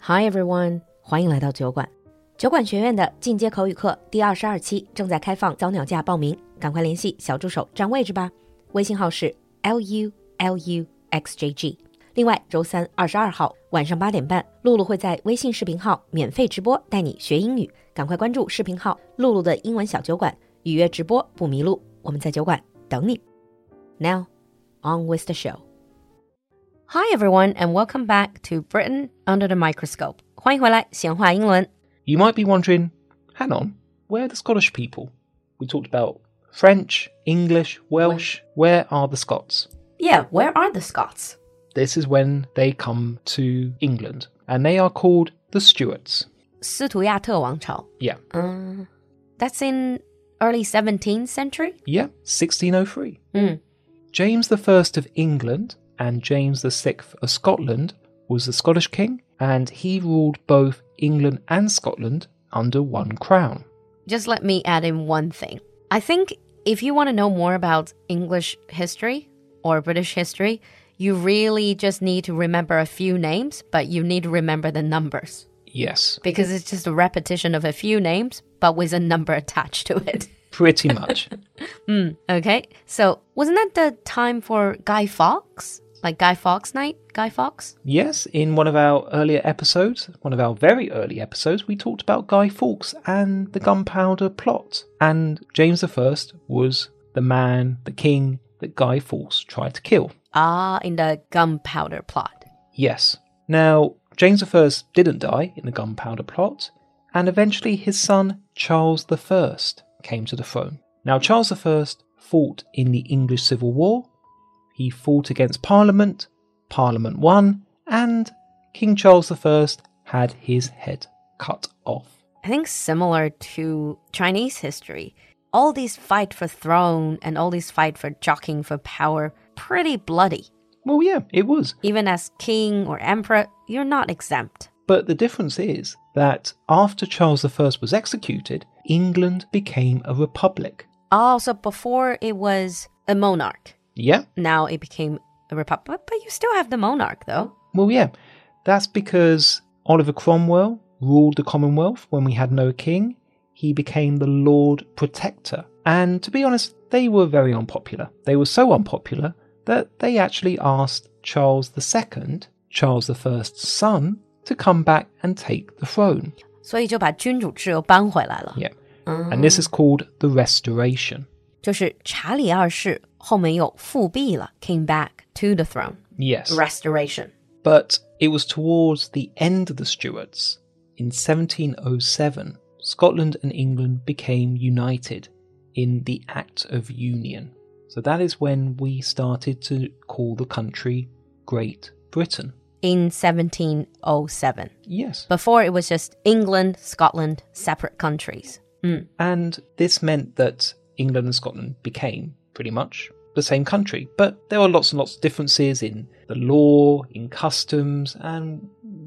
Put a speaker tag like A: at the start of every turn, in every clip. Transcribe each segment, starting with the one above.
A: Hi everyone，欢迎来到酒馆。酒馆学院的进阶口语课第二十二期正在开放早鸟价报名，赶快联系小助手占位置吧。微信号是 l u l u x j g。另外，周三二十二号晚上八点半，露露会在微信视频号免费直播，带你学英语。赶快关注视频号“露露的英文小酒馆”，预约直播不迷路。我们在酒馆等你。Now, on with the show. Hi everyone, and welcome back to Britain under the microscope. 欢迎回来，闲话英伦。
B: You might be wondering, hang on, where are the Scottish people? We talked about French, English, Welsh. Where are the Scots?
A: Yeah, where are the Scots?
B: This is when they come to England, and they are called the Stuarts.
A: 斯图亚特王朝。
B: Yeah,
A: 嗯、t h a t s in early 17th century. Hmm,
B: yeah, 1603.
A: 嗯，
B: James I of England and James VI of Scotland was the Scottish king, and he ruled both England and Scotland under one crown.
A: Just let me add in one thing. I think if you want to know more about English history or British history, you really just need to remember a few names, but you need to remember the numbers
B: Yes,
A: because it's just a repetition of a few names, but with a number attached to it.
B: pretty much.
A: Okay, so wasn't that the time for Guy Fawkes? Like Guy Fawkes night? Guy Fawkes?
B: Yes, in one of our earlier episodes, one of our very early episodes, we talked about Guy Fawkes and the gunpowder plot. And James I was the man, the king that Guy Fawkes tried to kill.
A: Ah, in the gunpowder plot.
B: Yes. Now, James I didn't die in the gunpowder plot, and eventually his son Charles I came to the throne. Now, Charles I fought in the English Civil War, he fought against Parliament, Parliament won, and King Charles I had his head cut off.
A: I think similar to Chinese history. All these fight for throne and all these fight for jockeying for power, pretty bloody.
B: Well, yeah, it was.
A: Even as king or emperor, you're not exempt.
B: But the difference is that after Charles I was executed, England became a republic.
A: Oh, so before it was a monarch.
B: Yeah,
A: Now it became a republic. But, but you still have the monarch, though.
B: Well, yeah, that's because Oliver Cromwell ruled the Commonwealth when we had no king. He became the Lord Protector. And to be honest, they were very unpopular. They were so unpopular that they actually asked Charles II, Charles I's son, to come back and take the throne.
A: 所以就把君主制又搬回来了。
B: Yeah. And this is called the Restoration.
A: 就是查理二世后面又复辟了，came back to the throne
B: Yes.
A: restoration。
B: But it was towards the end of the Stuarts. In 1707, Scotland and England became united in the Act of Union. So that is when we started to call the country Great Britain.
A: In 1707,
B: Yes.
A: before it was just England, Scotland, separate countries. 嗯，
B: And this meant that England and Scotland became pretty much the same country. But there were lots and lots of differences in the law, in customs, and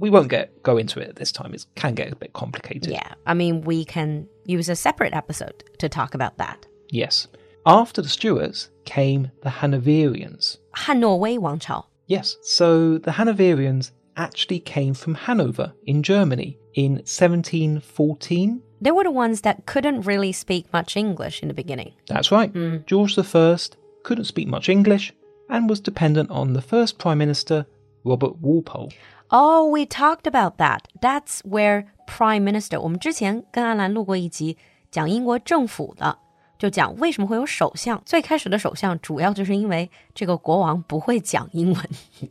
B: we won't get go into it at this time. It can get a bit complicated.
A: yeah. I mean, we can use a separate episode to talk about that.
B: Yes. After the Stuarts came the Hanoverians.
A: 汉诺威王朝
B: Yes. So the Hanoverians actually came from Hanover in Germany in 1714.
A: they were the ones that couldn't really speak much English in the beginning.
B: That's right.
A: Hmm.
B: George I couldn't speak much English and was dependent on the first Prime Minister, Robert Walpole.
A: Oh, we talked about that. That's where Prime Minister. 我们之前跟安兰录过一集，讲英国政府的，就讲为什么会有首相。最开始的首相主要就是因为这个国王不会讲英文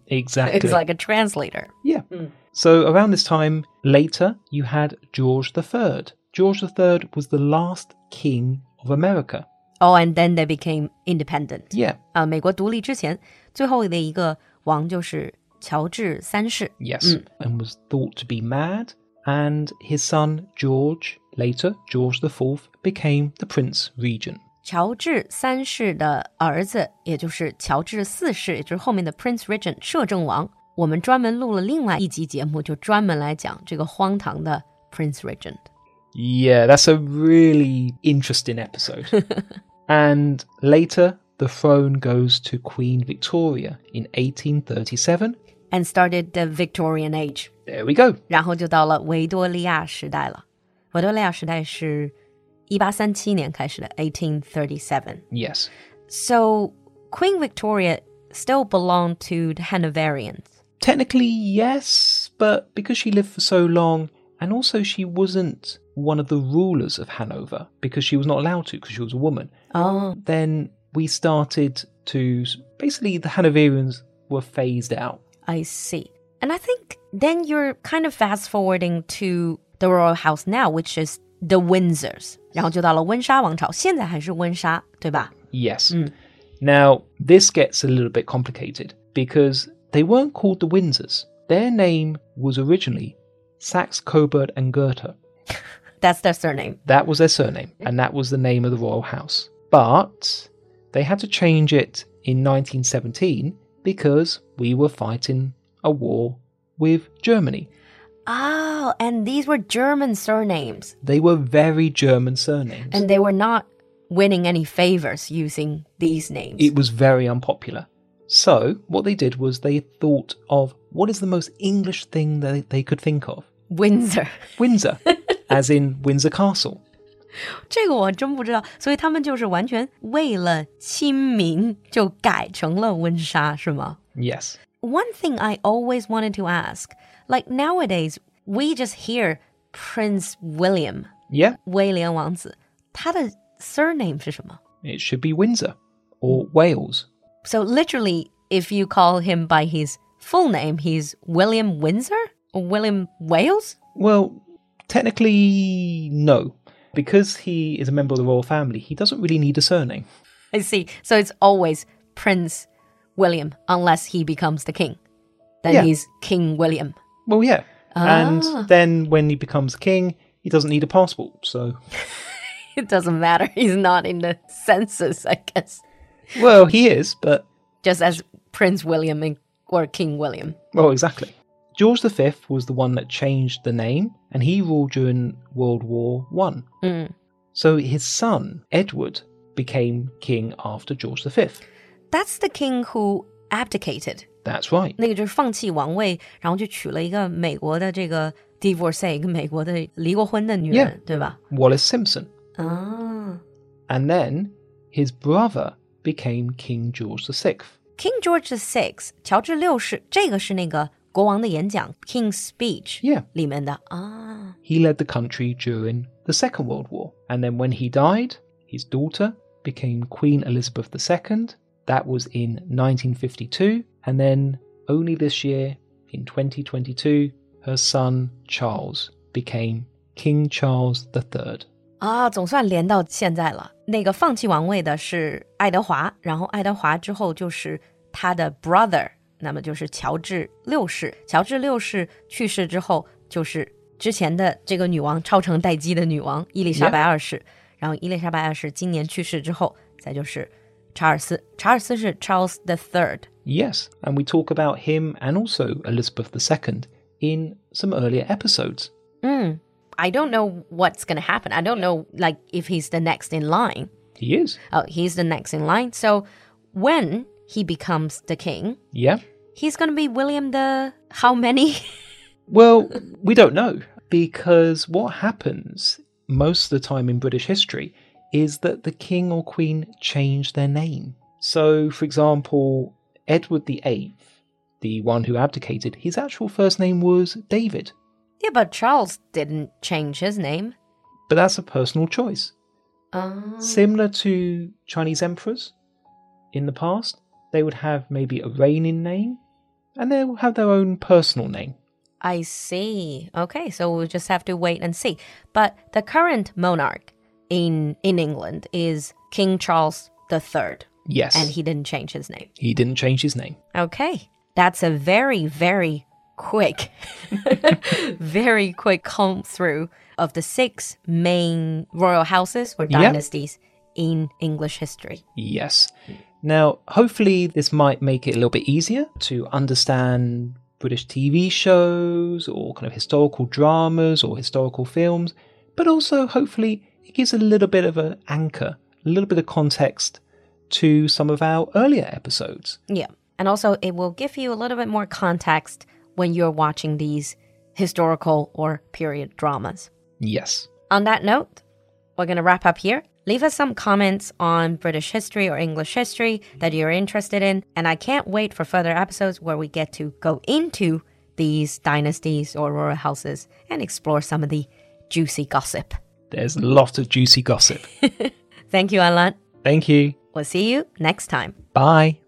B: Exactly.
A: ，it's like Hmm. a translator.
B: Yeah. So around this time later, you had George III. George III was the last king of America.
A: Oh, and then they became independent.
B: Yeah.
A: 啊，美国独立之前最后的一个王就是乔治三世。
B: Yes, and was thought to be mad. And his son George, later George IV, became the Prince Regent.
A: 乔治三世的儿子，也就是乔治四世，也就是后面的 Prince Regent 摄政王。我们专门录了另外一集节目，就专门来讲这个荒唐的 Prince Regent。
B: Yeah, that's a really interesting episode. and later, the throne goes to Queen Victoria in 1837.
A: and started the Victorian Age.
B: There we go.
A: 然后就到了维多利亚时代了。维多利亚时代是一八三七年开始的，1837。
B: Yes.
A: So Queen Victoria still belonged to the Hanoverians.
B: Technically, yes, but because she lived for so long, and also she wasn't one of the rulers of Hanover because she was not allowed to because she was a woman,
A: Oh,
B: then we started to basically the Hanoverians were phased out.
A: I see. And I think then you're kind of fast forwarding to the royal house now, which is the Windsors. 然后就到了温莎王朝，现在还是温莎，对吧？
B: Yes.
A: Mm.
B: Now, this gets a little bit complicated because they weren't called the Windsors. Their name was originally Saxe Coburg and Goethe.
A: That's their surname.
B: That was their surname, and that was the name of the royal house. But they had to change it in 1917 because we were fighting a war with Germany.
A: Oh, and these were German surnames,
B: They were very German surnames.
A: and they were not winning any favors using these names.
B: it was very unpopular. So, what they did was they thought of what is the most English thing that they could think of?
A: Windsor.
B: Windsor, as in Windsor Castle.
A: 这个我真不知道，所以他们就是完全为了亲民就改成了温莎，是吗
B: Yes.
A: One thing I always wanted to ask, like nowadays we just hear Prince William，
B: Yeah,
A: 威廉王子，他的 surname 是什么
B: it should be Windsor or Wales.
A: So literally, if you call him by his full name, he's William Windsor or William Wales.
B: Well, technically, no. Because he is a member of the royal family, he doesn't really need a surname.
A: I see. So it's always Prince William unless he becomes the king. Then
B: Yeah.
A: he's King William.
B: Well, yeah.
A: Ah.
B: And then when he becomes king, he doesn't need a passport. So,
A: It doesn't matter. He's not in the census, I guess.
B: well, he is, but
A: Just as Prince William and- or King William.
B: Well, exactly. George V was the one that changed the name, and he ruled during World War One.
A: Mm.
B: So his son Edward became king after George V.
A: That's the king who abdicated.
B: That's right.
A: 那个就是放弃王位，然后就娶了一个美国的这个 divorcee，一个美国的离过婚的女人
B: Yeah. 嗯
A: 对吧？
B: Wallace Simpson,
A: 啊
B: and then his brother became King George VI.
A: ，King George the Six，乔治六世，这个是那个国王的演讲 King's Speech
B: Yeah.
A: 里面的啊。
B: He led the country during the Second World War, and then when he died, his daughter became Queen Elizabeth II. That was in 1952, and then only this year, in 2022, her son Charles became King Charles III.
A: 啊，总算连到现在了。那个放弃王位的是爱德华，然后爱德华之后就是他的 brother，那么就是乔治六世。乔治六世去世之后，就是之前的这个女王超长待机的女王伊丽莎白二世。然后伊丽莎白二世今年去世之后，再就是查尔斯。查尔斯是 Charles the Third。
B: Yes, and we talk about him and also Elizabeth II in some earlier episodes.
A: Mm, I don't know what's gonna happen. I don't know like if he's the next in line.
B: He is.
A: Oh, he's the next in line. So when he becomes the king,
B: Yeah.
A: he's going to be William the how many?
B: Well, we don't know because what happens most of the time in British history is that the king or queen change their name. So, for example, Edward VIII, the one who abdicated, his actual first name was David,
A: yeah, but Charles didn't change his name.
B: but that's a personal choice. Ah.
A: Oh.
B: Similar to Chinese emperors in the past, they would have maybe a reigning name and they will have their own personal name.
A: I see. Okay, so we'll just have to wait and see. But the current monarch in in England is King Charles the Third,
B: Yes.
A: and he didn't change his name.
B: he didn't change his name.
A: Okay. That's a very, very quick, very quick comb through of the six main royal houses or
B: Yeah.
A: dynasties in English history.
B: Yes. Now, hopefully, this might make it a little bit easier to understand British TV shows or kind of historical dramas or historical films, but also hopefully it gives a little bit of an anchor, a little bit of context to some of our earlier episodes.
A: Yeah. And also, it will give you a little bit more context when you're watching these historical or period dramas.
B: Yes.
A: On that note, we're going to wrap up here. Leave us some comments on British history or English history that you're interested in. And I can't wait for further episodes where we get to go into these dynasties or royal houses and explore some of the juicy gossip.
B: There's a lot of juicy gossip.
A: Thank you, Alan.
B: Thank you.
A: We'll see you next time.
B: Bye.